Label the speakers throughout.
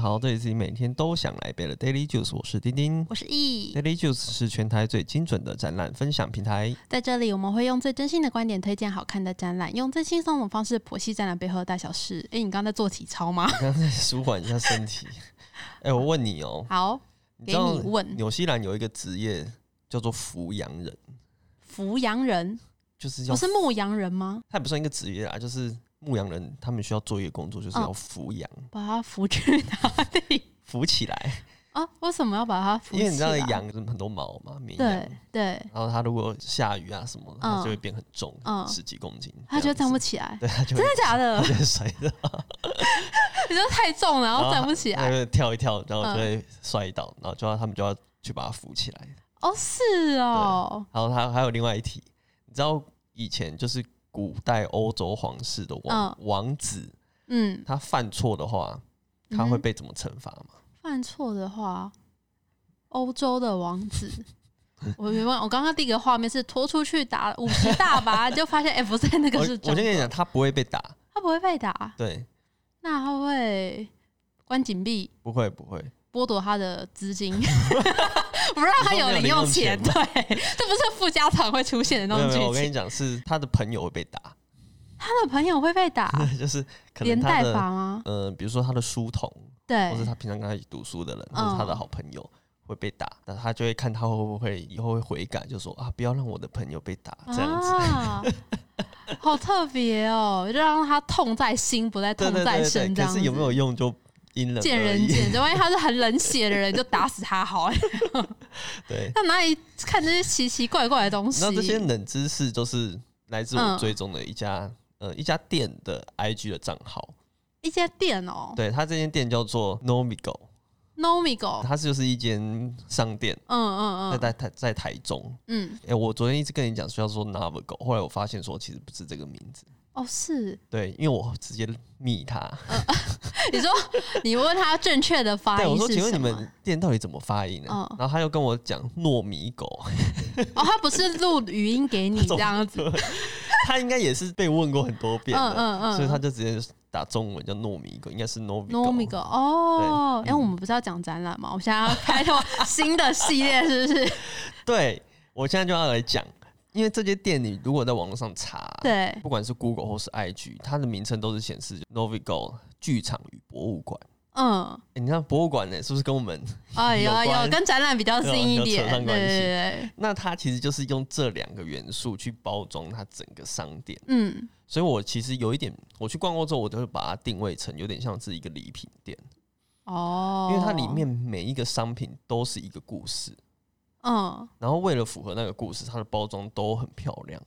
Speaker 1: 到这里是你每天都想来杯的 Daily Juice，我是丁丁。
Speaker 2: 我是 E，
Speaker 1: Daily Juice 是全台最精准的展览分享平台。
Speaker 2: 在这里我们会用最真心的观点推荐好看的展览，用最轻松的方式剖析展览背后的大小事。哎、你刚刚在做体操 吗？
Speaker 1: 刚才舒缓一下身 体。哎、我问你哦、
Speaker 2: 好，
Speaker 1: 你
Speaker 2: 给
Speaker 1: 知道
Speaker 2: 你问
Speaker 1: 纽西兰有一个职业叫做扶羊人，
Speaker 2: 扶羊人，
Speaker 1: 就是要
Speaker 2: 不是牧羊人吗？
Speaker 1: 它也不算一个职业啊，就是牧羊人他们需要做一个工作，就是
Speaker 2: 嗯
Speaker 1: 要扶羊，
Speaker 2: 把它扶去哪里
Speaker 1: 扶起来。
Speaker 2: 啊？为什么要把它扶
Speaker 1: 因为
Speaker 2: 起来？
Speaker 1: 你知道羊就是很多毛嘛，绵羊。
Speaker 2: 对对，
Speaker 1: 然后它如果下雨啊什么的，它
Speaker 2: 嗯
Speaker 1: 就会变很重，
Speaker 2: 嗯
Speaker 1: 十几公斤。
Speaker 2: 它觉得站不
Speaker 1: 起，
Speaker 2: 起来，
Speaker 1: 对，它就
Speaker 2: 真
Speaker 1: 会
Speaker 2: 的假的
Speaker 1: 它？就会摔着，
Speaker 2: 你说太重了，然后
Speaker 1: 它
Speaker 2: 站不起
Speaker 1: 它
Speaker 2: 来。
Speaker 1: 就会跳一跳，然后
Speaker 2: 嗯
Speaker 1: 就会摔倒，然后就要他们就要去把它扶起来。
Speaker 2: 哦，是哦，
Speaker 1: 然后它还有另外一题，你知道以前就是古代欧洲皇室的王、王子，
Speaker 2: 嗯，
Speaker 1: 他犯错的话，他会
Speaker 2: 嗯哼
Speaker 1: 被怎么惩罚吗？
Speaker 2: 犯错的话，欧洲的王子， 我原本我刚刚第一个画面是拖出去打五十大吧，就发现哎、不是那
Speaker 1: 我
Speaker 2: 个是
Speaker 1: 我
Speaker 2: 中
Speaker 1: 先跟你讲，他不会被打，
Speaker 2: 他不会被打，
Speaker 1: 对，
Speaker 2: 那他会关紧闭，
Speaker 1: 不会不会，
Speaker 2: 剥夺他的资 金，不让他有零用钱。
Speaker 1: 你
Speaker 2: 对，这不是附家常会出现的
Speaker 1: 没
Speaker 2: 那
Speaker 1: 有没有，
Speaker 2: 种
Speaker 1: 我
Speaker 2: 剧
Speaker 1: 跟你
Speaker 2: 情。
Speaker 1: 讲是他的朋友会被打，
Speaker 2: 他的朋友会被打，
Speaker 1: 就是可能
Speaker 2: 啊连
Speaker 1: 他
Speaker 2: 带
Speaker 1: 的
Speaker 2: 罚吗？
Speaker 1: 呃，比如说他的书童，
Speaker 2: 对
Speaker 1: 或，是他平常跟他一起读书的人，或
Speaker 2: 哎嗯
Speaker 1: 是他的好朋友会被打，那他就会看他会不会以后会悔改，就说啊，不要让我的朋友被打这样子。
Speaker 2: 啊，好特别哦，就让他痛在心，不再
Speaker 1: 对
Speaker 2: 痛
Speaker 1: 对
Speaker 2: 在
Speaker 1: 对对，
Speaker 2: 身，这
Speaker 1: 可
Speaker 2: 样子。
Speaker 1: 是有没有用就因人
Speaker 2: 见
Speaker 1: 而
Speaker 2: 仁
Speaker 1: 异。
Speaker 2: 见智，万一他是很冷血 的人，就打死他好了。
Speaker 1: 对，
Speaker 2: 他哪里看这些奇奇怪怪的东西？
Speaker 1: 那这些冷知识都是来自我
Speaker 2: 嗯
Speaker 1: 追踪的一家、呃一家店的 IG 的账号，
Speaker 2: 一家店哦
Speaker 1: 对，它这间店叫做 Nomigo，
Speaker 2: ，Nomigo，
Speaker 1: 它就是一间商店，在
Speaker 2: 嗯嗯嗯
Speaker 1: 在台在台中。
Speaker 2: 嗯，
Speaker 1: 哎、我昨天一直跟你讲说要说 Navigo，后来我发现说其实不是这个名字。
Speaker 2: 哦是，
Speaker 1: 对，因为我直接密他。
Speaker 2: 你说你问他正确的发
Speaker 1: 对，我
Speaker 2: 音
Speaker 1: 说，
Speaker 2: 是
Speaker 1: 请问你
Speaker 2: 什么？
Speaker 1: 们店到底怎么发音呢、
Speaker 2: 嗯
Speaker 1: 然后他又跟我讲糯米狗，
Speaker 2: 哦，他不是录语音给你这样子，
Speaker 1: 他应该也是被问过很多遍的，
Speaker 2: 嗯嗯嗯
Speaker 1: 所以他就直接打中文叫糯米狗，应该是 Novigo。
Speaker 2: Nomigo 哦，
Speaker 1: 对
Speaker 2: 哎，我们不是要讲展览吗？我现在要 开拓新的系列，是不是？
Speaker 1: 对，我现在就要来讲，因为这些店你如果在网络上查，，
Speaker 2: 对，
Speaker 1: 不管是 Google 或是 IG，它的名称都是显示 Novigo 剧场与博物馆。
Speaker 2: 嗯，
Speaker 1: 诶你看博物馆呢、是不是跟我们？
Speaker 2: 哎
Speaker 1: 有
Speaker 2: 呦
Speaker 1: 关啊
Speaker 2: 有跟展览比较近一
Speaker 1: 有有扯
Speaker 2: 点，
Speaker 1: 上
Speaker 2: 对
Speaker 1: 关系
Speaker 2: 对对，
Speaker 1: 那它其实就是用这两个元素去包装它整个商店。
Speaker 2: 嗯，
Speaker 1: 所以我其实有一点，我去逛过之后，我就会把它定位成有点像是一个礼品店，
Speaker 2: 哦，
Speaker 1: 因为它里面每一个商品都是一个故事，
Speaker 2: 嗯。
Speaker 1: 然后为了符合那个故事，它的包装都很漂亮，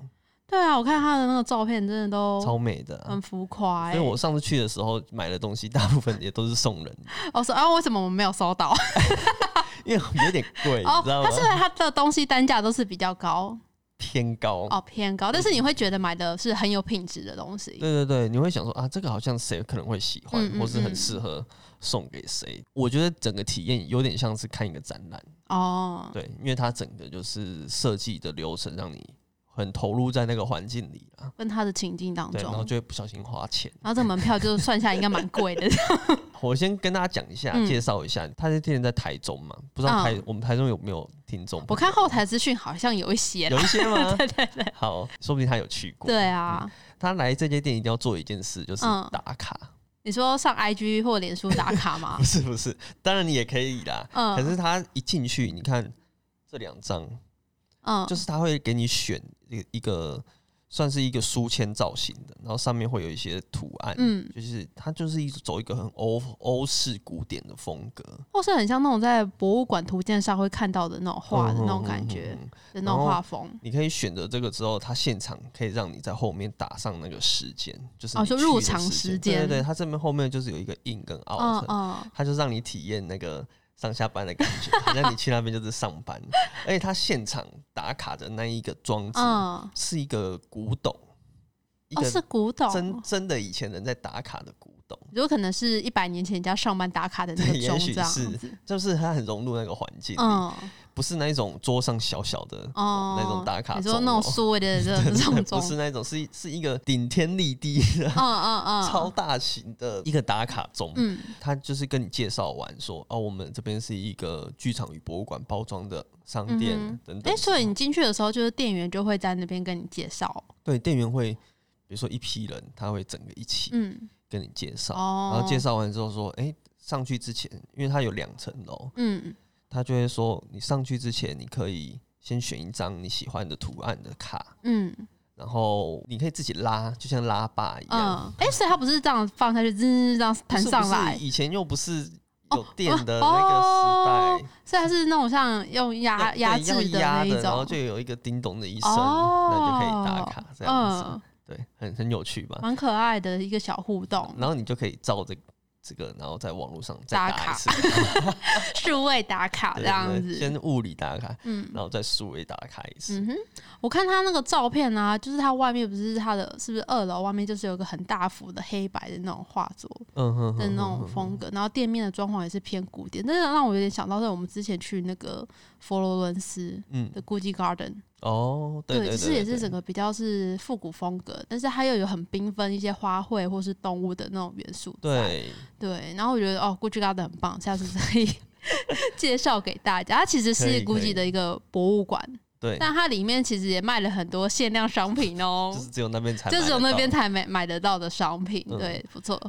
Speaker 2: 对啊，我看他的那个照片，真的
Speaker 1: 超
Speaker 2: 都
Speaker 1: 美的啊、
Speaker 2: 哦很浮夸、欸。
Speaker 1: 所以我上次去的时候买的东西，大部分也都是送人的，
Speaker 2: 我说啊，为什么我们没有收到？
Speaker 1: 因为有点贵，哎你
Speaker 2: 哦
Speaker 1: 知道，吗
Speaker 2: 他？是不是他的东西单价都是比较高
Speaker 1: 偏高。
Speaker 2: 哦，偏高？但是你会觉得买的是很有品质的东西。
Speaker 1: 嗯对对对，你会想说啊，这个好像谁可能会喜欢，
Speaker 2: 嗯嗯
Speaker 1: 或是很
Speaker 2: 嗯
Speaker 1: 适合送给谁？我觉得整个体验有点像是看一个展览。
Speaker 2: 哦，
Speaker 1: 对，因为它整个就是设计的流程，让你很投入在那个环境里啊。
Speaker 2: 跟他的情境当
Speaker 1: 对，
Speaker 2: 中，
Speaker 1: 然
Speaker 2: 然
Speaker 1: 后
Speaker 2: 后
Speaker 1: 就会不小心花钱。
Speaker 2: 这门票就算下来应该蛮贵 的。
Speaker 1: 我先跟大家讲一下，
Speaker 2: 嗯
Speaker 1: 介绍一下，他这店在台中嘛，不知道台、
Speaker 2: 嗯
Speaker 1: 我们台中有没有听众朋友？
Speaker 2: 我看后台资讯好像有一些啦
Speaker 1: 有一些吗？
Speaker 2: 对对对，
Speaker 1: 好，说不定他有去过。
Speaker 2: 对啊，
Speaker 1: 他来这间店一定要做一件事，就是
Speaker 2: 嗯
Speaker 1: 打卡。
Speaker 2: 你说上 IG 或脸书打卡吗
Speaker 1: 不？是不是，当然你也可以啦。
Speaker 2: 啊嗯
Speaker 1: 可是他一进去，你看这两张，
Speaker 2: 嗯，
Speaker 1: 就是他会给你选一一个算是一个书签造型的，然后上面会有一些图案，
Speaker 2: 嗯
Speaker 1: 就是它就是一直走一个很欧欧式古典的风格
Speaker 2: 或是很像那种在博物馆图鉴上会看到的那种画的那种感
Speaker 1: 嗯
Speaker 2: 觉
Speaker 1: 嗯嗯嗯
Speaker 2: 的那种画风。
Speaker 1: 你可以选择这个之后，它现场可以让你在后面打上那个时间，就是
Speaker 2: 哦
Speaker 1: 你
Speaker 2: 就
Speaker 1: 去
Speaker 2: 入
Speaker 1: 的
Speaker 2: 场
Speaker 1: 时
Speaker 2: 时间
Speaker 1: 对对对，它这边后面就是有一个 in 跟 out，、
Speaker 2: 嗯嗯，
Speaker 1: 它就让你体验那个上下班的感觉，好像你去那边就是上班，而且它现场打卡的那一个装置、
Speaker 2: 嗯，
Speaker 1: 是一个古董，一
Speaker 2: 哦，
Speaker 1: 个
Speaker 2: 是古董，哦
Speaker 1: 真真的以前人在打卡的古动，
Speaker 2: 有可能是一百年前人家上班打卡的那个
Speaker 1: 对也
Speaker 2: 钟
Speaker 1: 许
Speaker 2: 这样
Speaker 1: 是
Speaker 2: 子，
Speaker 1: 就是它很融入那个环境里，
Speaker 2: 嗯
Speaker 1: 不是那一种桌上小小的
Speaker 2: 哦，
Speaker 1: 那种打卡
Speaker 2: 你
Speaker 1: 钟
Speaker 2: 说
Speaker 1: 哦
Speaker 2: 那种缩尾 的这这种钟
Speaker 1: 不，是那一种，是是一个顶天立地的、
Speaker 2: 嗯嗯 嗯，
Speaker 1: 超大型的一个打卡钟。
Speaker 2: 嗯
Speaker 1: 他就是跟你介绍完说，哦，我们这边是一个剧场与博物馆包装的商店、
Speaker 2: 嗯哼
Speaker 1: 等等。
Speaker 2: 哎、所以你进去的时候，就是店员就会在那边跟你介绍，
Speaker 1: 对店员会，比如说一批人，他会整个一起
Speaker 2: 嗯，
Speaker 1: 跟你介绍，
Speaker 2: 哦，
Speaker 1: 然后介，绍完之后说，哎、上去之前，因为它有两层楼，
Speaker 2: 嗯
Speaker 1: 他就会说，你上去之前，你可以先选一张你喜欢的图案的卡，
Speaker 2: 嗯
Speaker 1: 然后你可以自己拉，就像拉霸一样。
Speaker 2: 嗯，哎、所以它不是这样放下去，滋这样弹
Speaker 1: 是不
Speaker 2: 上
Speaker 1: 是
Speaker 2: 来，
Speaker 1: 以前又不是
Speaker 2: 哦
Speaker 1: 有电的
Speaker 2: 哇
Speaker 1: 那个时代，
Speaker 2: 所以它是那种像用压
Speaker 1: 对
Speaker 2: 压
Speaker 1: 对要
Speaker 2: 制
Speaker 1: 压
Speaker 2: 那
Speaker 1: 的
Speaker 2: 一
Speaker 1: 然后
Speaker 2: 种，
Speaker 1: 就有一个叮咚的一声，
Speaker 2: 哦
Speaker 1: 那你就可以打卡这样子，
Speaker 2: 嗯，
Speaker 1: 对，很很有趣吧？
Speaker 2: 蛮可爱的一个小互 动，
Speaker 1: 然后你就可以照这这个，然后在网络上再
Speaker 2: 打
Speaker 1: 打
Speaker 2: 卡
Speaker 1: 一次卡，
Speaker 2: 数位打卡
Speaker 1: 对
Speaker 2: 这样
Speaker 1: 对
Speaker 2: 子，
Speaker 1: 先物理打卡，
Speaker 2: 嗯
Speaker 1: 然后再数位打卡一次，
Speaker 2: 嗯哼，我看他那个照片啊，就是他外面不是他的，是不是二楼外面就是有个很大幅的黑白的那种画作
Speaker 1: 嗯哼
Speaker 2: 的
Speaker 1: 哼
Speaker 2: 那种
Speaker 1: 哼
Speaker 2: 风格，然后店面的装潢也是偏古典，但是让我有点想到是我们之前去那个佛罗伦斯
Speaker 1: 嗯，
Speaker 2: 的 Gucci Garden，
Speaker 1: 哦，对对，
Speaker 2: 只是也是
Speaker 1: 对
Speaker 2: 整个比较是复古风格，但是它又有很缤纷一些花卉或是动物的那种元素在。
Speaker 1: 对，
Speaker 2: 对，然后我觉得哦，Gucci Garden 很棒，下次可以 介绍给大家。它其实是
Speaker 1: 可以可
Speaker 2: Gucci
Speaker 1: 以
Speaker 2: 的一个博物馆，
Speaker 1: 对，
Speaker 2: 但它里面其实也卖了很多限量商品哦
Speaker 1: 就，是只有那边才买得
Speaker 2: 就
Speaker 1: 到，
Speaker 2: 只有那边才买买得到的商品，
Speaker 1: 嗯
Speaker 2: 对，不错，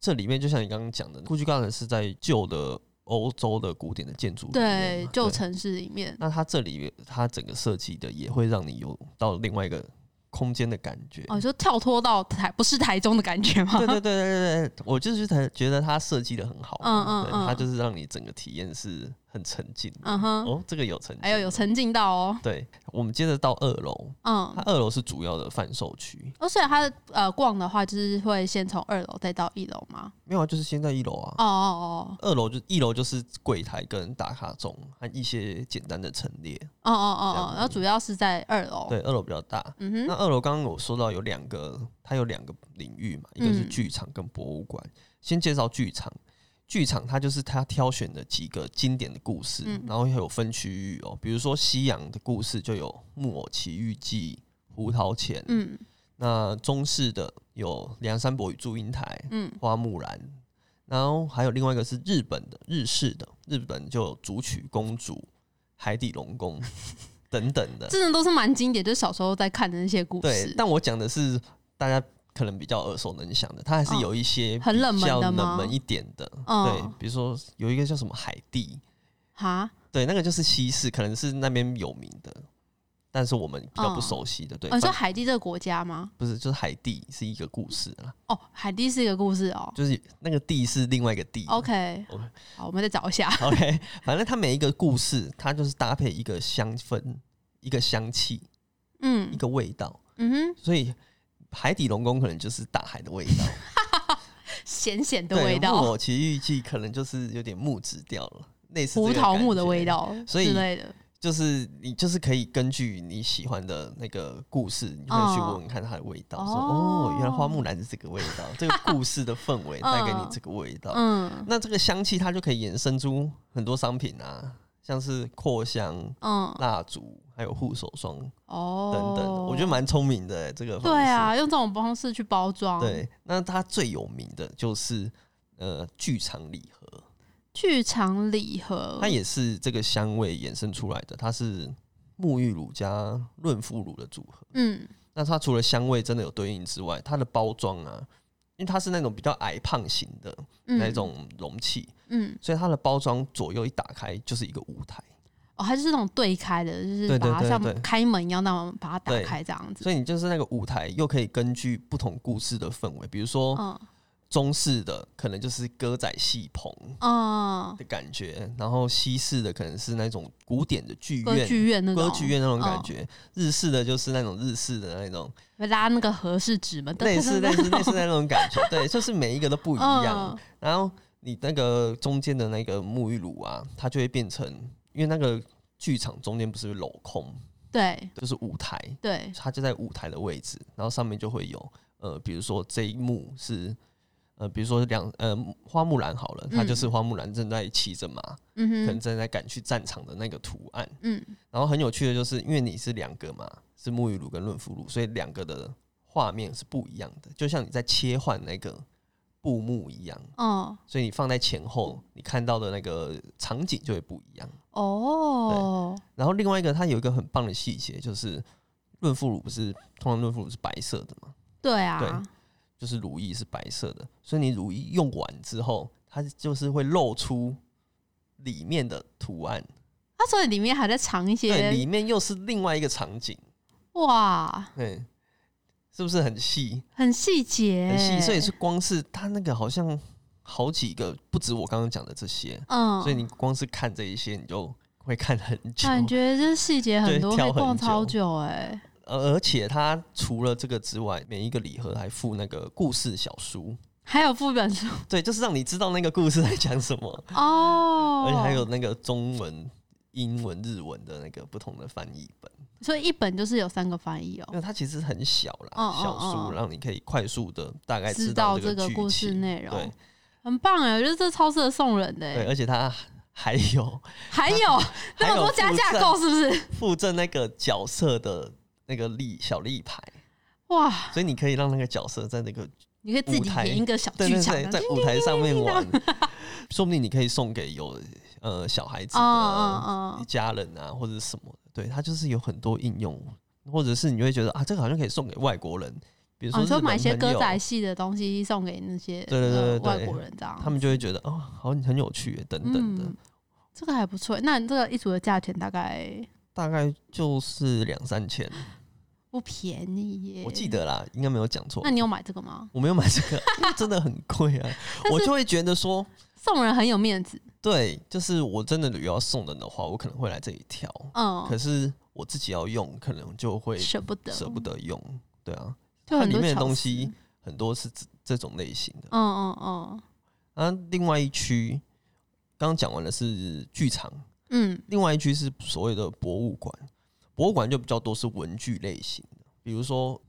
Speaker 1: 这里面就像你刚刚讲的，故居高人是在旧的欧洲的古典的建筑里面
Speaker 2: 对
Speaker 1: 嘛，
Speaker 2: 旧城市里面，
Speaker 1: 那它这里它整个设计的也会让你有到另外一个空间的感觉。
Speaker 2: 哦，你说跳脱到台不是台中的感觉吗
Speaker 1: 对？对对对对对，我就是才觉得它设计的很好，
Speaker 2: 嗯嗯
Speaker 1: 对
Speaker 2: 嗯
Speaker 1: 它就是让你整个体验是很沉浸的。
Speaker 2: 嗯哼，
Speaker 1: 哦，这个有沉浸，
Speaker 2: 还有有。沉浸到哦，
Speaker 1: 对，我们接着到二楼，
Speaker 2: 嗯
Speaker 1: 它，二楼是主要的贩售区，
Speaker 2: 哦，所以他呃逛的话，就是会先从二楼再到一楼吗？
Speaker 1: 没有啊，就是先在一楼啊。
Speaker 2: 哦哦
Speaker 1: 二楼就一楼就是柜台跟打卡钟和一些简单的陈列，
Speaker 2: 哦哦哦哦
Speaker 1: 这样
Speaker 2: 哦
Speaker 1: 子，
Speaker 2: 然后主要是在二楼，
Speaker 1: 对，二楼比较大。
Speaker 2: 嗯
Speaker 1: 那
Speaker 2: 哼，
Speaker 1: 二楼刚刚我说到有两个，它有两个领域嘛，一个是
Speaker 2: 嗯
Speaker 1: 剧场跟博物馆。先介绍剧场，剧场它就是它挑选的几个经典的故事，
Speaker 2: 嗯
Speaker 1: 然后也有分区域哦，比如说西洋的故事就有《木偶奇遇记》《胡桃钳》，
Speaker 2: 嗯
Speaker 1: 那中式的有《梁山伯与祝英台》
Speaker 2: 嗯
Speaker 1: 《花木兰》。然后还有另外一个是日本的日式的，日本就有竹取公主、海底龙宫等等 的，
Speaker 2: 真的都是蛮经典，就是小时候在看的那些故
Speaker 1: 对
Speaker 2: 事，，
Speaker 1: 但我讲的是大家可能比较耳熟能详的，它还是
Speaker 2: 嗯
Speaker 1: 有一些
Speaker 2: 很冷门
Speaker 1: 比较
Speaker 2: 的
Speaker 1: 冷
Speaker 2: 吗
Speaker 1: 门一点的。对
Speaker 2: 嗯，，
Speaker 1: 比如说有一个叫什么海地，
Speaker 2: 哈，
Speaker 1: 对，那个就是西式，可能是那边有名的，但是我们比较不
Speaker 2: 嗯
Speaker 1: 熟悉的。对，
Speaker 2: 哦你说
Speaker 1: 反
Speaker 2: 海地这个国家吗？
Speaker 1: 不是就是海地是一个故事啦，
Speaker 2: 哦，海地是一个故事哦。
Speaker 1: 就是那个地是另外一个地。
Speaker 2: OK，
Speaker 1: OK
Speaker 2: 好，我们再找一下。
Speaker 1: OK，反 正它每一个故事，它就是搭配一个香氛、一个香气、一
Speaker 2: 嗯
Speaker 1: 个味道，
Speaker 2: 嗯
Speaker 1: 所以海底龙宫可能就是大海的味道。
Speaker 2: 哼，咸咸的
Speaker 1: 对，
Speaker 2: 味
Speaker 1: 木
Speaker 2: 道，
Speaker 1: 偶奇遇记可能就是有点木质调了，类似这个
Speaker 2: 胡桃木的
Speaker 1: 感觉
Speaker 2: 味，道
Speaker 1: 所以
Speaker 2: 之类的。
Speaker 1: 就是你就是可以根据你喜欢的那个故事，你就可以去闻闻看它的味道，说
Speaker 2: 嗯哦
Speaker 1: 哦，原来花木兰是这个味道，这个故事的氛围带给你这个味道。
Speaker 2: 嗯
Speaker 1: 那这个香气它就可以衍生出很多商品啊，像是扩香、
Speaker 2: 嗯，
Speaker 1: 蜡烛，还有护手霜
Speaker 2: 哦
Speaker 1: 等，等的，我觉得蛮聪明的、欸、这个方
Speaker 2: 对
Speaker 1: 式
Speaker 2: 啊，用这种方式去包装。，
Speaker 1: 对，那它最有名的就是呃剧场礼盒。
Speaker 2: 剧场礼盒
Speaker 1: 它，也是这个香味衍生出来的，它是沐浴乳加润肤乳的组合。
Speaker 2: 嗯
Speaker 1: 那它除了香味真的有对应之外，它的包装啊，因为它是那种比较矮胖型的
Speaker 2: 嗯，
Speaker 1: 那，种容器，
Speaker 2: 嗯，
Speaker 1: 所以它的包装左右一打开就是一个舞台，
Speaker 2: 哦，它就是那种对开的，就是
Speaker 1: 对对
Speaker 2: 把它
Speaker 1: 对
Speaker 2: 像
Speaker 1: 对
Speaker 2: 开门一样，那种把它打
Speaker 1: 对
Speaker 2: 开这样子。
Speaker 1: 所以你就是那个舞台又可以根据不同故事的氛围，比如说
Speaker 2: 嗯
Speaker 1: 中式的可能就是歌仔戏棚。
Speaker 2: 嗯，
Speaker 1: 的感觉，然后西式的可能是那种古典的剧
Speaker 2: 歌
Speaker 1: 院，
Speaker 2: 剧院那种，
Speaker 1: 歌剧院那哦种感
Speaker 2: 嗯
Speaker 1: 觉；日式的就是那种日式的那种
Speaker 2: 会拉那个合适纸 门，
Speaker 1: 类似类似类似
Speaker 2: 的，
Speaker 1: 那种感觉，对，就是每一个都不一样。
Speaker 2: 嗯
Speaker 1: 然后你那个中间的那个沐浴乳啊，它就会变成，因为那个剧场中间不是有镂空，
Speaker 2: 对
Speaker 1: 就是舞台，
Speaker 2: 对，
Speaker 1: 它就在舞台的位置，然后上面就会有呃，比如说这一幕是呃，比如说两呃花木兰好了，它就
Speaker 2: 嗯
Speaker 1: 是花木兰正在骑着马，
Speaker 2: 嗯
Speaker 1: 可能
Speaker 2: 哼，
Speaker 1: 正在赶去战场的那个图案。
Speaker 2: 嗯
Speaker 1: 然后很有趣的就是，因为你是两个嘛，是沐浴乳跟润肤乳，所以两个的画面是不一样的，就像你在切换那个布幕一样，
Speaker 2: 哦
Speaker 1: 所以你放在前后，你看到的那个场景就会不一样。
Speaker 2: 哦，
Speaker 1: 然后另外一个，它有一个很棒的细节，就是润肤乳不是通常润肤乳是白色的嘛，
Speaker 2: 对啊，
Speaker 1: 就是乳液是白色的，所以你乳液用完之后，它就是会露出里面的图案，
Speaker 2: 它所以里面还在藏一
Speaker 1: 对，
Speaker 2: 些
Speaker 1: 里面又是另外一个场景，
Speaker 2: 哇，
Speaker 1: 对，是不是很细？
Speaker 2: 很细节，
Speaker 1: 很细，所以是光是它那个好像好几个，不止我刚刚讲的这些，
Speaker 2: 嗯，
Speaker 1: 所以你光是看这一些，你就会看很久。
Speaker 2: 感觉这细节很
Speaker 1: 对
Speaker 2: 多，可以
Speaker 1: 挑很
Speaker 2: 逛超
Speaker 1: 久
Speaker 2: 久哎，
Speaker 1: 呃而且它除了这个之外，每一个礼盒还附那个故事小书，
Speaker 2: 还有 副本书
Speaker 1: 对，就是让你知道那个故事在讲什么，
Speaker 2: 哦，
Speaker 1: 而且还有那个中文、英文、日文的那个不同的翻译本，
Speaker 2: 所以一本就是有三个翻译
Speaker 1: 因
Speaker 2: 哦，
Speaker 1: 为它其实很小啦，
Speaker 2: 嗯嗯
Speaker 1: 小书
Speaker 2: 嗯
Speaker 1: 让你可以快速的大概
Speaker 2: 知
Speaker 1: 道
Speaker 2: 道这个
Speaker 1: 剧
Speaker 2: 故事
Speaker 1: 情
Speaker 2: 内容
Speaker 1: 对
Speaker 2: 很棒哎，我觉得这超适合送人的
Speaker 1: 对，
Speaker 2: 哎，
Speaker 1: 而且它还有
Speaker 2: 还有那
Speaker 1: 还
Speaker 2: 么
Speaker 1: 有
Speaker 2: 多加
Speaker 1: 附
Speaker 2: 架
Speaker 1: 赠
Speaker 2: 构是不是？
Speaker 1: 附赠那个角色的那个立小立牌，
Speaker 2: 哇，
Speaker 1: 所以你可以让那个角色在那个
Speaker 2: 你可以自己
Speaker 1: 舞台
Speaker 2: 演一个小
Speaker 1: 对
Speaker 2: 剧
Speaker 1: 对
Speaker 2: 场啊
Speaker 1: 对，
Speaker 2: 的
Speaker 1: 在舞台上面 玩， 说不定你可以送给有呃小孩
Speaker 2: 哦
Speaker 1: 子的
Speaker 2: 啊
Speaker 1: 家人啊，或者什么的。对，它就是有很多应用，或者是你会觉得啊，这个好像可以送给外国人，比如
Speaker 2: 哦，
Speaker 1: 说
Speaker 2: 你
Speaker 1: 日
Speaker 2: 说
Speaker 1: 本
Speaker 2: 买一些
Speaker 1: 朋
Speaker 2: 歌
Speaker 1: 友，
Speaker 2: 仔戏的东西送给那些
Speaker 1: 对对对对
Speaker 2: 呃
Speaker 1: 对
Speaker 2: 外国人这样，
Speaker 1: 他们就会觉得哦，好很有趣耶等等的，
Speaker 2: 嗯这个还不错。那你这个一组的价钱大概
Speaker 1: 大概就是两三千，
Speaker 2: 不便宜耶，
Speaker 1: 我记。得啦，应该没有讲错
Speaker 2: 那。你有买这个吗？
Speaker 1: 我没有买这个，因为真的很贵啊！
Speaker 2: 但
Speaker 1: 我
Speaker 2: 是
Speaker 1: 就会觉得说，
Speaker 2: 送人很有面子，
Speaker 1: 对，就是我真的旅游要送人的话，我可能会来这里挑。
Speaker 2: 嗯
Speaker 1: 可，是我自己要用，可能就会
Speaker 2: 舍不得，
Speaker 1: 舍不，得用。对啊，
Speaker 2: 就
Speaker 1: 它
Speaker 2: 很
Speaker 1: 里
Speaker 2: 多
Speaker 1: 面的
Speaker 2: 巧
Speaker 1: 东
Speaker 2: 思
Speaker 1: 西，很多是这这种类型的。
Speaker 2: 嗯嗯嗯
Speaker 1: 啊，另外一区刚刚讲完的是剧场，
Speaker 2: 嗯，
Speaker 1: 另外一区是所谓的博物馆。博物馆就比较多是文具类型的，比如说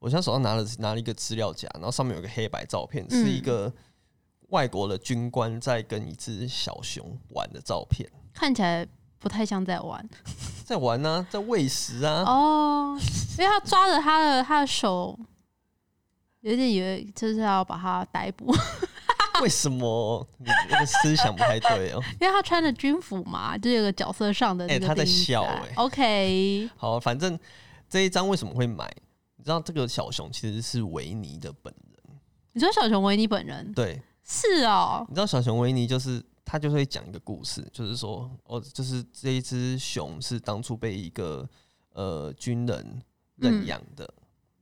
Speaker 1: 我现在手上拿了拿了一个资料夹，然后上面有个黑白照片，是一
Speaker 2: 嗯
Speaker 1: 个外国的军官在跟一只小熊玩的照片。
Speaker 2: 看起来不太像在玩
Speaker 1: 在玩啊，在喂食啊，
Speaker 2: 哦，因为他抓着他的他的手，有点以为就是要把他逮捕，
Speaker 1: 为什么你这个思想不太对哦？
Speaker 2: 因为他穿着军服嘛，就有个角色上的那
Speaker 1: 哎
Speaker 2: 个
Speaker 1: 他在
Speaker 2: 定义
Speaker 1: 笑
Speaker 2: 在
Speaker 1: 哎
Speaker 2: OK，
Speaker 1: 好，反正这一张为什么会买？你知道这个小熊其实是维尼的本人，
Speaker 2: 你说小熊维尼本人
Speaker 1: 对，
Speaker 2: 是哦，
Speaker 1: 你知道小熊维尼就是他就是会讲一个故事，就是说哦，就是这一只熊是当初被一个呃军人认养的，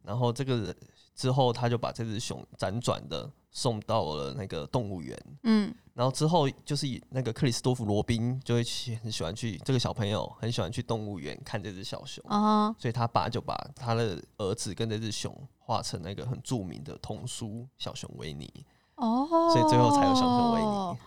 Speaker 1: 然后这个人之后他就把这只熊辗转的送到了那个动物园，
Speaker 2: 嗯
Speaker 1: 然后之后就是以那个克里斯多夫·罗宾就会去很喜欢去这个小朋友很喜欢去动物园看这只小熊，
Speaker 2: 啊
Speaker 1: 所以他爸就把他的儿子跟这只熊画成那个很著名的童书《小熊维尼
Speaker 2: 哦，》，
Speaker 1: 所以最后才有小熊维尼。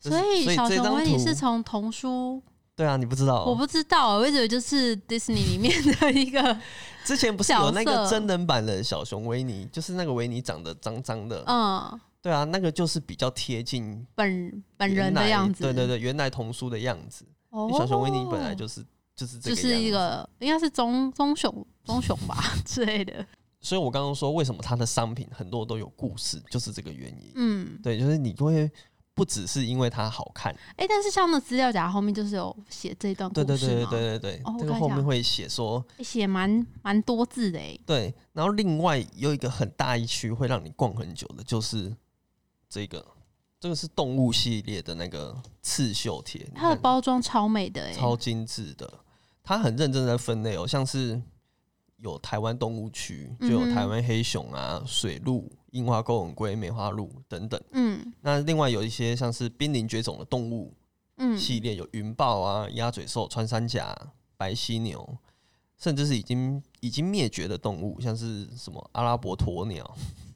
Speaker 1: 就是
Speaker 2: 所以小
Speaker 1: 这
Speaker 2: 熊
Speaker 1: 张
Speaker 2: 维尼
Speaker 1: 图
Speaker 2: 是从童书，
Speaker 1: 对啊，你不知道哦、
Speaker 2: 我不知道，我一直以为就是 Disney 里面的一个，
Speaker 1: 之前不是有那
Speaker 2: 角
Speaker 1: 个
Speaker 2: 色
Speaker 1: 真人版的小熊维尼，就是那个维尼长得脏脏的，
Speaker 2: 嗯，
Speaker 1: 对啊，那个就是比较贴近
Speaker 2: 本本
Speaker 1: 原
Speaker 2: 人的
Speaker 1: 来
Speaker 2: 样子，
Speaker 1: 对对，对，原来童书的样子。
Speaker 2: 哦
Speaker 1: 因为小熊维尼本来就是就是这
Speaker 2: 就
Speaker 1: 个
Speaker 2: 是一
Speaker 1: 样子
Speaker 2: 个应该是棕棕熊棕熊吧之类的，
Speaker 1: 所以我刚刚说为什么它的商品很多都有故事，就是这个原因。
Speaker 2: 嗯，
Speaker 1: 对，就是你会不只是因为它好看，
Speaker 2: 哎、但是像那资料夹后面就是有写这一段故
Speaker 1: 对
Speaker 2: 事
Speaker 1: 对对
Speaker 2: 嘛
Speaker 1: 对对对，
Speaker 2: 哦我
Speaker 1: 这个
Speaker 2: 看一
Speaker 1: 后
Speaker 2: 下
Speaker 1: 面会写说
Speaker 2: 诶写蛮蛮多字的哎，
Speaker 1: 对，然后另外有一个很大一区会让你逛很久的，就是这个，这个是动物系列的那个刺绣贴，你
Speaker 2: 它的
Speaker 1: 看
Speaker 2: 包装超美的哎，
Speaker 1: 超精致的，它很认真的分类哦，像是。有台湾动物区，就有台
Speaker 2: 嗯哼
Speaker 1: 湾黑熊啊、水鹿、樱花钩吻龟、梅花鹿等等。
Speaker 2: 嗯
Speaker 1: 那另外有一些像是濒临绝种的动物
Speaker 2: 嗯，
Speaker 1: 系列，有云豹啊、鸭嘴兽、穿山甲、白犀牛，甚至是已经已经灭绝的动物，像是什么阿拉伯鸵鸟、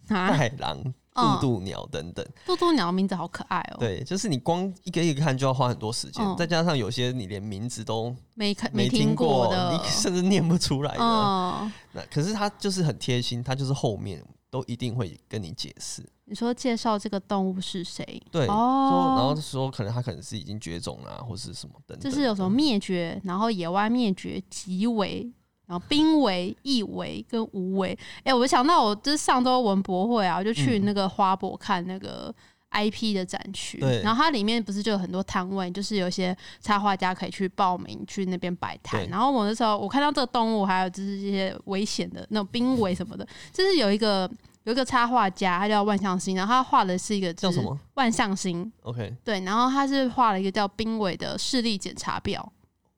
Speaker 2: 啊，
Speaker 1: 袋狼、
Speaker 2: 嗯
Speaker 1: 渡渡鸟等等。
Speaker 2: 嘟嘟鸟的名字好可爱哦、
Speaker 1: 对，就是你光一个一个看就要花很多时间，
Speaker 2: 嗯
Speaker 1: 再加上有些你连名字都
Speaker 2: 没看
Speaker 1: 没
Speaker 2: 听
Speaker 1: 过，
Speaker 2: 的哦
Speaker 1: 你，甚至念不出来的。
Speaker 2: 嗯
Speaker 1: 那可是它就是很贴心，它就是后面都一定会跟你解释。
Speaker 2: 你说介绍这个动物是谁？
Speaker 1: 对，说然后
Speaker 2: 哦，
Speaker 1: 说可能它可能是已经绝种啦、或是什么等等
Speaker 2: 就
Speaker 1: 的。
Speaker 2: 是有什么灭绝，然后野外灭绝、极危，然后濒危、易危跟无危。哎、我想到我就是上周文博会啊，我就去
Speaker 1: 嗯
Speaker 2: 那个花博看那个。IP 的展区
Speaker 1: 对，
Speaker 2: 然后它里面不是就有很多摊位，就是有一些插画家可以去报名去那边摆摊
Speaker 1: 对。
Speaker 2: 然后我那时候我看到这个动物，还有就是一些危险的那种濒危什么 的，就是有一个有一个插画家，他叫万象星，然后他画的是一个
Speaker 1: 叫
Speaker 2: 就是
Speaker 1: 什么
Speaker 2: 万象星，
Speaker 1: ？OK，
Speaker 2: 对，然后他是画了一个叫冰伟的视力检查表，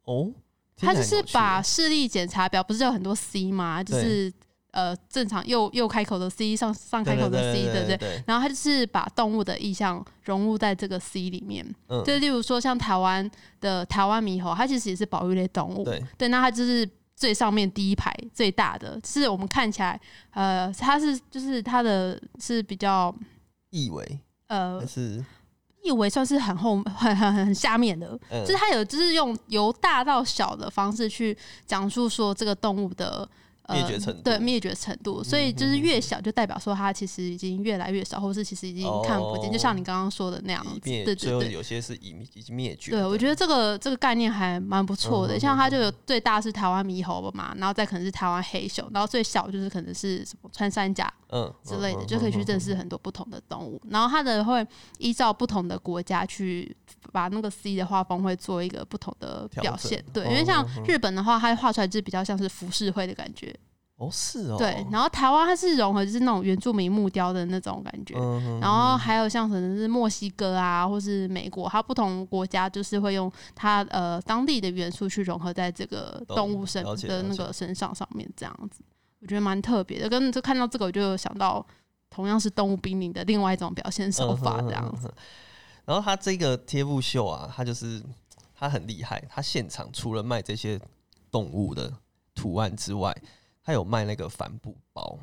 Speaker 1: 哦，听
Speaker 2: 他
Speaker 1: 起来
Speaker 2: 就
Speaker 1: 很
Speaker 2: 是
Speaker 1: 有趣
Speaker 2: 把
Speaker 1: 耶
Speaker 2: 视力检查表不是有很多 C 吗？就是呃正常右右开口的 C 上上开口的 C，对不
Speaker 1: 对
Speaker 2: 对？
Speaker 1: 对，
Speaker 2: 然后他就是把动物的意象融入在这个 C 里面，
Speaker 1: 嗯，
Speaker 2: 就例如说像台湾的台湾猕猴，它其实也是保育类动物，
Speaker 1: 对
Speaker 2: 对，那它就是最上面第一排最大的，就是我们看起来呃它是就是它的是比较
Speaker 1: 意为
Speaker 2: 呃
Speaker 1: 还是
Speaker 2: 意为算是很后很很很下面的，
Speaker 1: 嗯
Speaker 2: 就是他有就是用由大到小的方式去讲述说这个动物的。呃
Speaker 1: 灭绝程度嗯
Speaker 2: 对灭绝程度，所以就是越小就代表说它其实已经越来越少，或是其实已经看不见，
Speaker 1: 哦
Speaker 2: 就像你刚刚说的那样
Speaker 1: 已
Speaker 2: 子。
Speaker 1: 灭，
Speaker 2: 对
Speaker 1: 最
Speaker 2: 对
Speaker 1: 后
Speaker 2: 对，
Speaker 1: 有些是已已经灭绝的。
Speaker 2: 对我觉得这个这个概念还蛮不
Speaker 1: 嗯
Speaker 2: 错的。
Speaker 1: 哼
Speaker 2: 像它就有最大是台湾猕猴嘛，然后再可能是台湾黑熊，然后最小就是可能是什么穿山甲
Speaker 1: 嗯
Speaker 2: 之类的，
Speaker 1: 嗯
Speaker 2: 就可
Speaker 1: 嗯
Speaker 2: 以去
Speaker 1: 嗯
Speaker 2: 认识很多不同的动物。然后它的会依照不同的国家去把那个 C 的画风会做一个不同的表现
Speaker 1: 调。整
Speaker 2: 对，因为像
Speaker 1: 哦哦哦
Speaker 2: 日本的话，它画出来就是比较像是浮世绘的感觉。
Speaker 1: 哦是哦，
Speaker 2: 对，然后台湾它是融合就是那种原住民木雕的那种感觉。
Speaker 1: 嗯哼
Speaker 2: 然后还有像可能是墨西哥啊，或是美国，它不同国家就是会用它呃当地的元素去融合在这个
Speaker 1: 懂
Speaker 2: 动物身
Speaker 1: 了解
Speaker 2: 的
Speaker 1: 了
Speaker 2: 那
Speaker 1: 解
Speaker 2: 个身上上面，这样子，我觉得蛮特别的。跟就看到这个，我就有想到同样是动物濒临的另外一种表现手法，这样子。
Speaker 1: 子。然后他这个贴布秀啊，他就是他很厉害，他现场除了卖这些动物的图案之外，他有卖那个帆布包。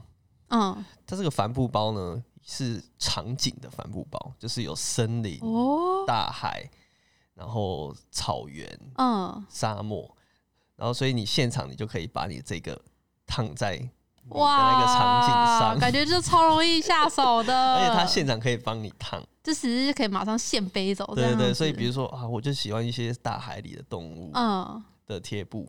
Speaker 2: 嗯，
Speaker 1: 它这个帆布包呢是场景的帆布包，就是有森林、
Speaker 2: 哦，
Speaker 1: 大海，然后草原、
Speaker 2: 嗯，
Speaker 1: 沙漠，然后所以你现场你就可以把你这个烫在你的
Speaker 2: 哇，
Speaker 1: 那个场景上，
Speaker 2: 感觉就超容易下手的。
Speaker 1: 而且他现场可以帮你烫。
Speaker 2: 就其实可以马上现飞走，
Speaker 1: 对对对，所以比
Speaker 2: 如
Speaker 1: 如说啊，我就喜欢一些大海里的动物
Speaker 2: 嗯，
Speaker 1: 的贴布，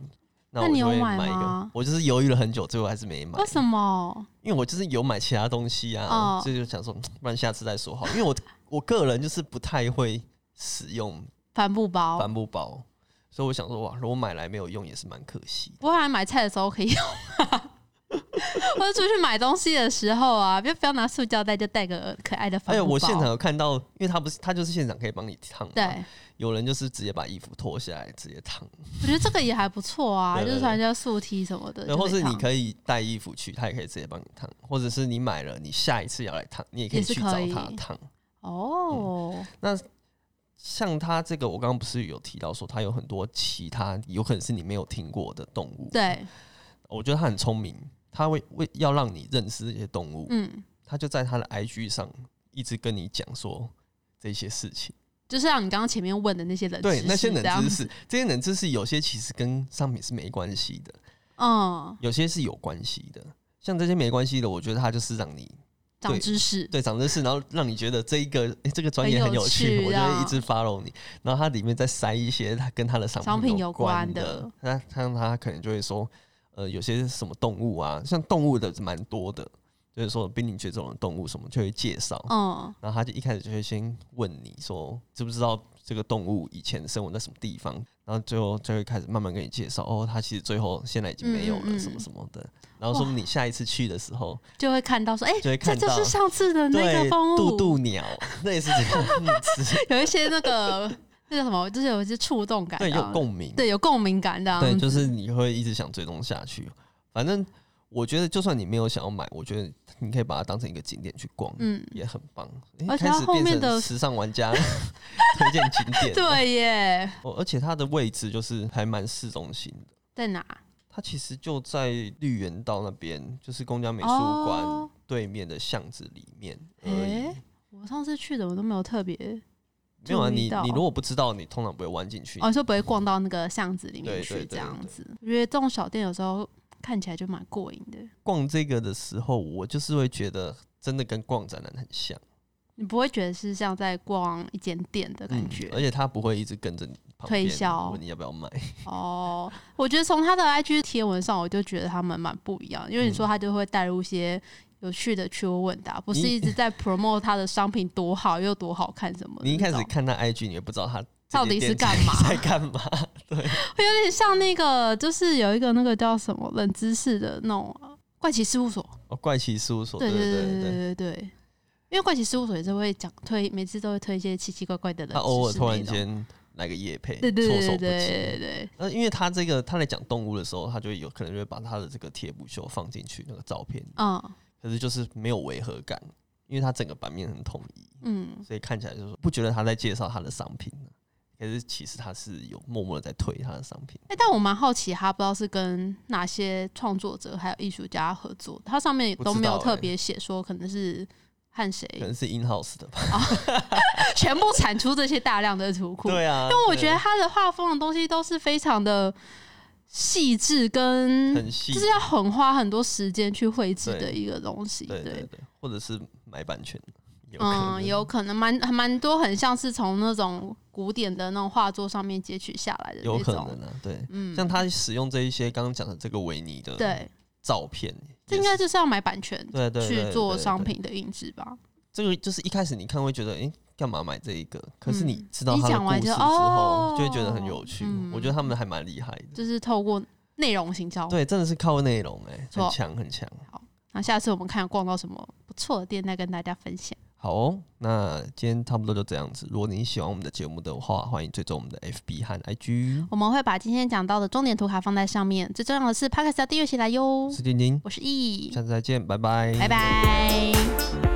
Speaker 2: 那
Speaker 1: 我就
Speaker 2: 你有
Speaker 1: 会
Speaker 2: 买
Speaker 1: 买一个
Speaker 2: 吗。
Speaker 1: 我就是犹豫了很久，最后还是没买
Speaker 2: 为，什么？
Speaker 1: 因为我就是有买其他东西啊，
Speaker 2: 哦
Speaker 1: 所以就想说，嗯不然下次再说好。因为我我个人就是不太会使用
Speaker 2: 帆布包，
Speaker 1: 帆布包，所以我想说，哇，如果买来没有用也是蛮可惜的。
Speaker 2: 不过来买菜的时候可以用、啊 或者出去买东西的时候啊，不要不要拿塑胶袋，就带个可爱的帆
Speaker 1: 还有
Speaker 2: 布包。
Speaker 1: 哎我现场有看到，因为他不是他就是现场可以帮你烫嘛，
Speaker 2: 对，
Speaker 1: 有人就是直接把衣服脱下来直接烫，
Speaker 2: 我觉得这个也还不错啊，
Speaker 1: 对对
Speaker 2: 就是穿一下素 T 什么的，
Speaker 1: 然
Speaker 2: 就
Speaker 1: 后
Speaker 2: 可以
Speaker 1: 是你
Speaker 2: 烫
Speaker 1: 可以带衣服去，他也可以直接帮你烫，或者是你买了，你下一次要来烫，你也可以
Speaker 2: 也是
Speaker 1: 去
Speaker 2: 可
Speaker 1: 找
Speaker 2: 以
Speaker 1: 他烫。
Speaker 2: 哦，
Speaker 1: 嗯像他这个，我刚刚不是有提到说，他有很多其他有可能是你没有听过的动物。，
Speaker 2: 对，
Speaker 1: 我觉得他很聪明，他会为要让你认识这些动物，
Speaker 2: 嗯，
Speaker 1: 他就在他的 IG 上一直跟你讲说这些事情。
Speaker 2: 就是像你刚刚前面问的那些冷知
Speaker 1: 对
Speaker 2: 识，，
Speaker 1: 那些
Speaker 2: 呃这样
Speaker 1: 冷知，识，这些冷知识有些其实跟商品是没关系的，
Speaker 2: 嗯，
Speaker 1: 有些是有关系的。像这些没关系的，我觉得他就是让你
Speaker 2: 长
Speaker 1: 对
Speaker 2: 知识，
Speaker 1: 对，长知识，然后让你觉得这一个、诶这个专业
Speaker 2: 很
Speaker 1: 很
Speaker 2: 有
Speaker 1: 有趣，
Speaker 2: 趣
Speaker 1: 我就会
Speaker 2: 啊
Speaker 1: 一直 follow 你。然后它里面再塞一些它跟它的商
Speaker 2: 商品有
Speaker 1: 有关
Speaker 2: 关的，
Speaker 1: 那像它可能就会说，呃，有些什么动物啊，像动物的蛮多的，就是说濒临绝种的动物什么就会介绍。
Speaker 2: 嗯，
Speaker 1: 然后他就一开始就会先问你说，知不知道这个动物以前生活在什么地方？然后最后就会开始慢慢跟你介绍，哦，它其实最后现在已经没有
Speaker 2: 嗯嗯
Speaker 1: 了，
Speaker 2: 嗯
Speaker 1: 什么什么的。然后说不定你下一次去的时候，
Speaker 2: 就会看到说，哎、
Speaker 1: 就会
Speaker 2: 这
Speaker 1: 看
Speaker 2: 就
Speaker 1: 到
Speaker 2: 是上次的那个
Speaker 1: 对
Speaker 2: 风物，
Speaker 1: 渡渡鸟，类似这 样子，
Speaker 2: 有一些那个 那个什么，就是有一些触动感，
Speaker 1: 对，
Speaker 2: 这样
Speaker 1: 有共鸣，
Speaker 2: 对，啊有共鸣感的，
Speaker 1: 对，就是你会一直想追踪下去。反正我觉得，就算你没有想要买，我觉得你可以把它当成一个景点去逛，
Speaker 2: 嗯，
Speaker 1: 也很棒。诶
Speaker 2: 而且
Speaker 1: 开
Speaker 2: 它
Speaker 1: 始
Speaker 2: 后
Speaker 1: 变
Speaker 2: 面
Speaker 1: 成
Speaker 2: 的
Speaker 1: 时尚玩家 推荐景点，
Speaker 2: 对耶，
Speaker 1: 哦，而且它的位置就是还蛮市中心的，
Speaker 2: 在哪？
Speaker 1: 它其实就在绿园道那边，就是公家美术馆
Speaker 2: 哦
Speaker 1: 对面的巷子里面而已。
Speaker 2: 诶我上次去的我都没有特别，
Speaker 1: 没有啊，
Speaker 2: 注意
Speaker 1: 你
Speaker 2: 到
Speaker 1: 你如果不知道，你通常不会弯进去。
Speaker 2: 哦，就不会逛到那个巷子里面
Speaker 1: 对
Speaker 2: 去
Speaker 1: 对对
Speaker 2: 这样
Speaker 1: 对
Speaker 2: 子。我觉得这种小店有时候看起来就蛮过瘾的。
Speaker 1: 逛这个的时候，我就是会觉得真的跟逛展览很像，
Speaker 2: 你不会觉得是像在逛一间店的感觉、
Speaker 1: 嗯而且他不会一直跟着你旁
Speaker 2: 推
Speaker 1: 边
Speaker 2: 销
Speaker 1: 问你要不要买，
Speaker 2: 哦。我觉得从他的 IG 贴文上，我就觉得他们蛮不一样，因为你
Speaker 1: 嗯
Speaker 2: 说他就会带入一些有趣的趣味问答，不是
Speaker 1: 你
Speaker 2: 一直在 promote 他的商品多好又多好看什么 的
Speaker 1: 你一开始
Speaker 2: 那种
Speaker 1: 看他 IG，你也不知道他
Speaker 2: 到底是干嘛
Speaker 1: 在干嘛？对，
Speaker 2: 有点像那个，就是有一个那个叫什么冷知识的那种呃怪奇事务所，
Speaker 1: 哦，怪奇事务所，
Speaker 2: 对
Speaker 1: 对
Speaker 2: 对对
Speaker 1: 对
Speaker 2: 对对对对。因为怪奇事务所也是会讲推，每次都会推一些奇奇怪怪的冷知识
Speaker 1: 他
Speaker 2: 那种。
Speaker 1: 偶尔突然间来个夜配，
Speaker 2: 对，对
Speaker 1: 措
Speaker 2: 对
Speaker 1: 手
Speaker 2: 对对
Speaker 1: 不及。
Speaker 2: 对对
Speaker 1: 那因为他这个他在讲动物的时候，他就会有可能就会把他的这个贴补秀放进去那个照片，
Speaker 2: 嗯
Speaker 1: 可是就是没有违和感，因为他整个版面很统一，
Speaker 2: 嗯，
Speaker 1: 所以看起来就是说不觉得他在介绍他的商品、可是其实他是有默默的在推他的商品，
Speaker 2: 哎、但我蛮好奇，他不知道是跟哪些创作者还有艺术家合作，他上面也
Speaker 1: 不
Speaker 2: 都
Speaker 1: 知
Speaker 2: 没有
Speaker 1: 道
Speaker 2: 特
Speaker 1: 欸
Speaker 2: 别写说可能是和谁，
Speaker 1: 可能是 in house 的吧？
Speaker 2: 全部产出这些大量的图库。
Speaker 1: 对啊，
Speaker 2: 因为我
Speaker 1: 对
Speaker 2: 觉得他的画风的东西都是非常的细致跟
Speaker 1: 很细
Speaker 2: 就是要很花很多时间去绘制
Speaker 1: 对
Speaker 2: 的一个东西。
Speaker 1: 对对对，或者是买版权，有可
Speaker 2: 嗯，
Speaker 1: 能
Speaker 2: 有可能蛮还蛮多，很像是从那种古典的那种画作上面截取下来的
Speaker 1: 有
Speaker 2: 那
Speaker 1: 可
Speaker 2: 种。
Speaker 1: 能啊，对，
Speaker 2: 嗯，
Speaker 1: 像他使用这一些刚刚讲的这个维尼的
Speaker 2: 对，
Speaker 1: 照片，
Speaker 2: 这应该就是要买版权
Speaker 1: 对对
Speaker 2: 去做商。
Speaker 1: 对对对
Speaker 2: 品的印制吧。
Speaker 1: 这个就是一开始你看会觉得，诶，干嘛买这一个？可是你
Speaker 2: 嗯
Speaker 1: 知道
Speaker 2: 你
Speaker 1: 他的
Speaker 2: 讲
Speaker 1: 故
Speaker 2: 完
Speaker 1: 事
Speaker 2: 就
Speaker 1: 之
Speaker 2: 哦
Speaker 1: 后，就会觉得很有趣
Speaker 2: 嗯。
Speaker 1: 我觉得他们还蛮厉害的，
Speaker 2: 就是透过内容行销。
Speaker 1: 对，真的是靠内容，诶，
Speaker 2: 错
Speaker 1: 很强很强。
Speaker 2: 那下次我们看逛到什么不错的店，再跟大家分享。
Speaker 1: 好哦，那今天差不多就这样子。如果你喜欢我们的节目的话，欢迎追踪我们的 FB 和 IG。
Speaker 2: 我们会把今天讲到的重点图卡放在上面，最重要的是 p o d c a s 要订阅起来哟
Speaker 1: 我。是丁丁，
Speaker 2: 我是易，
Speaker 1: 下次再见，拜拜，
Speaker 2: 拜拜。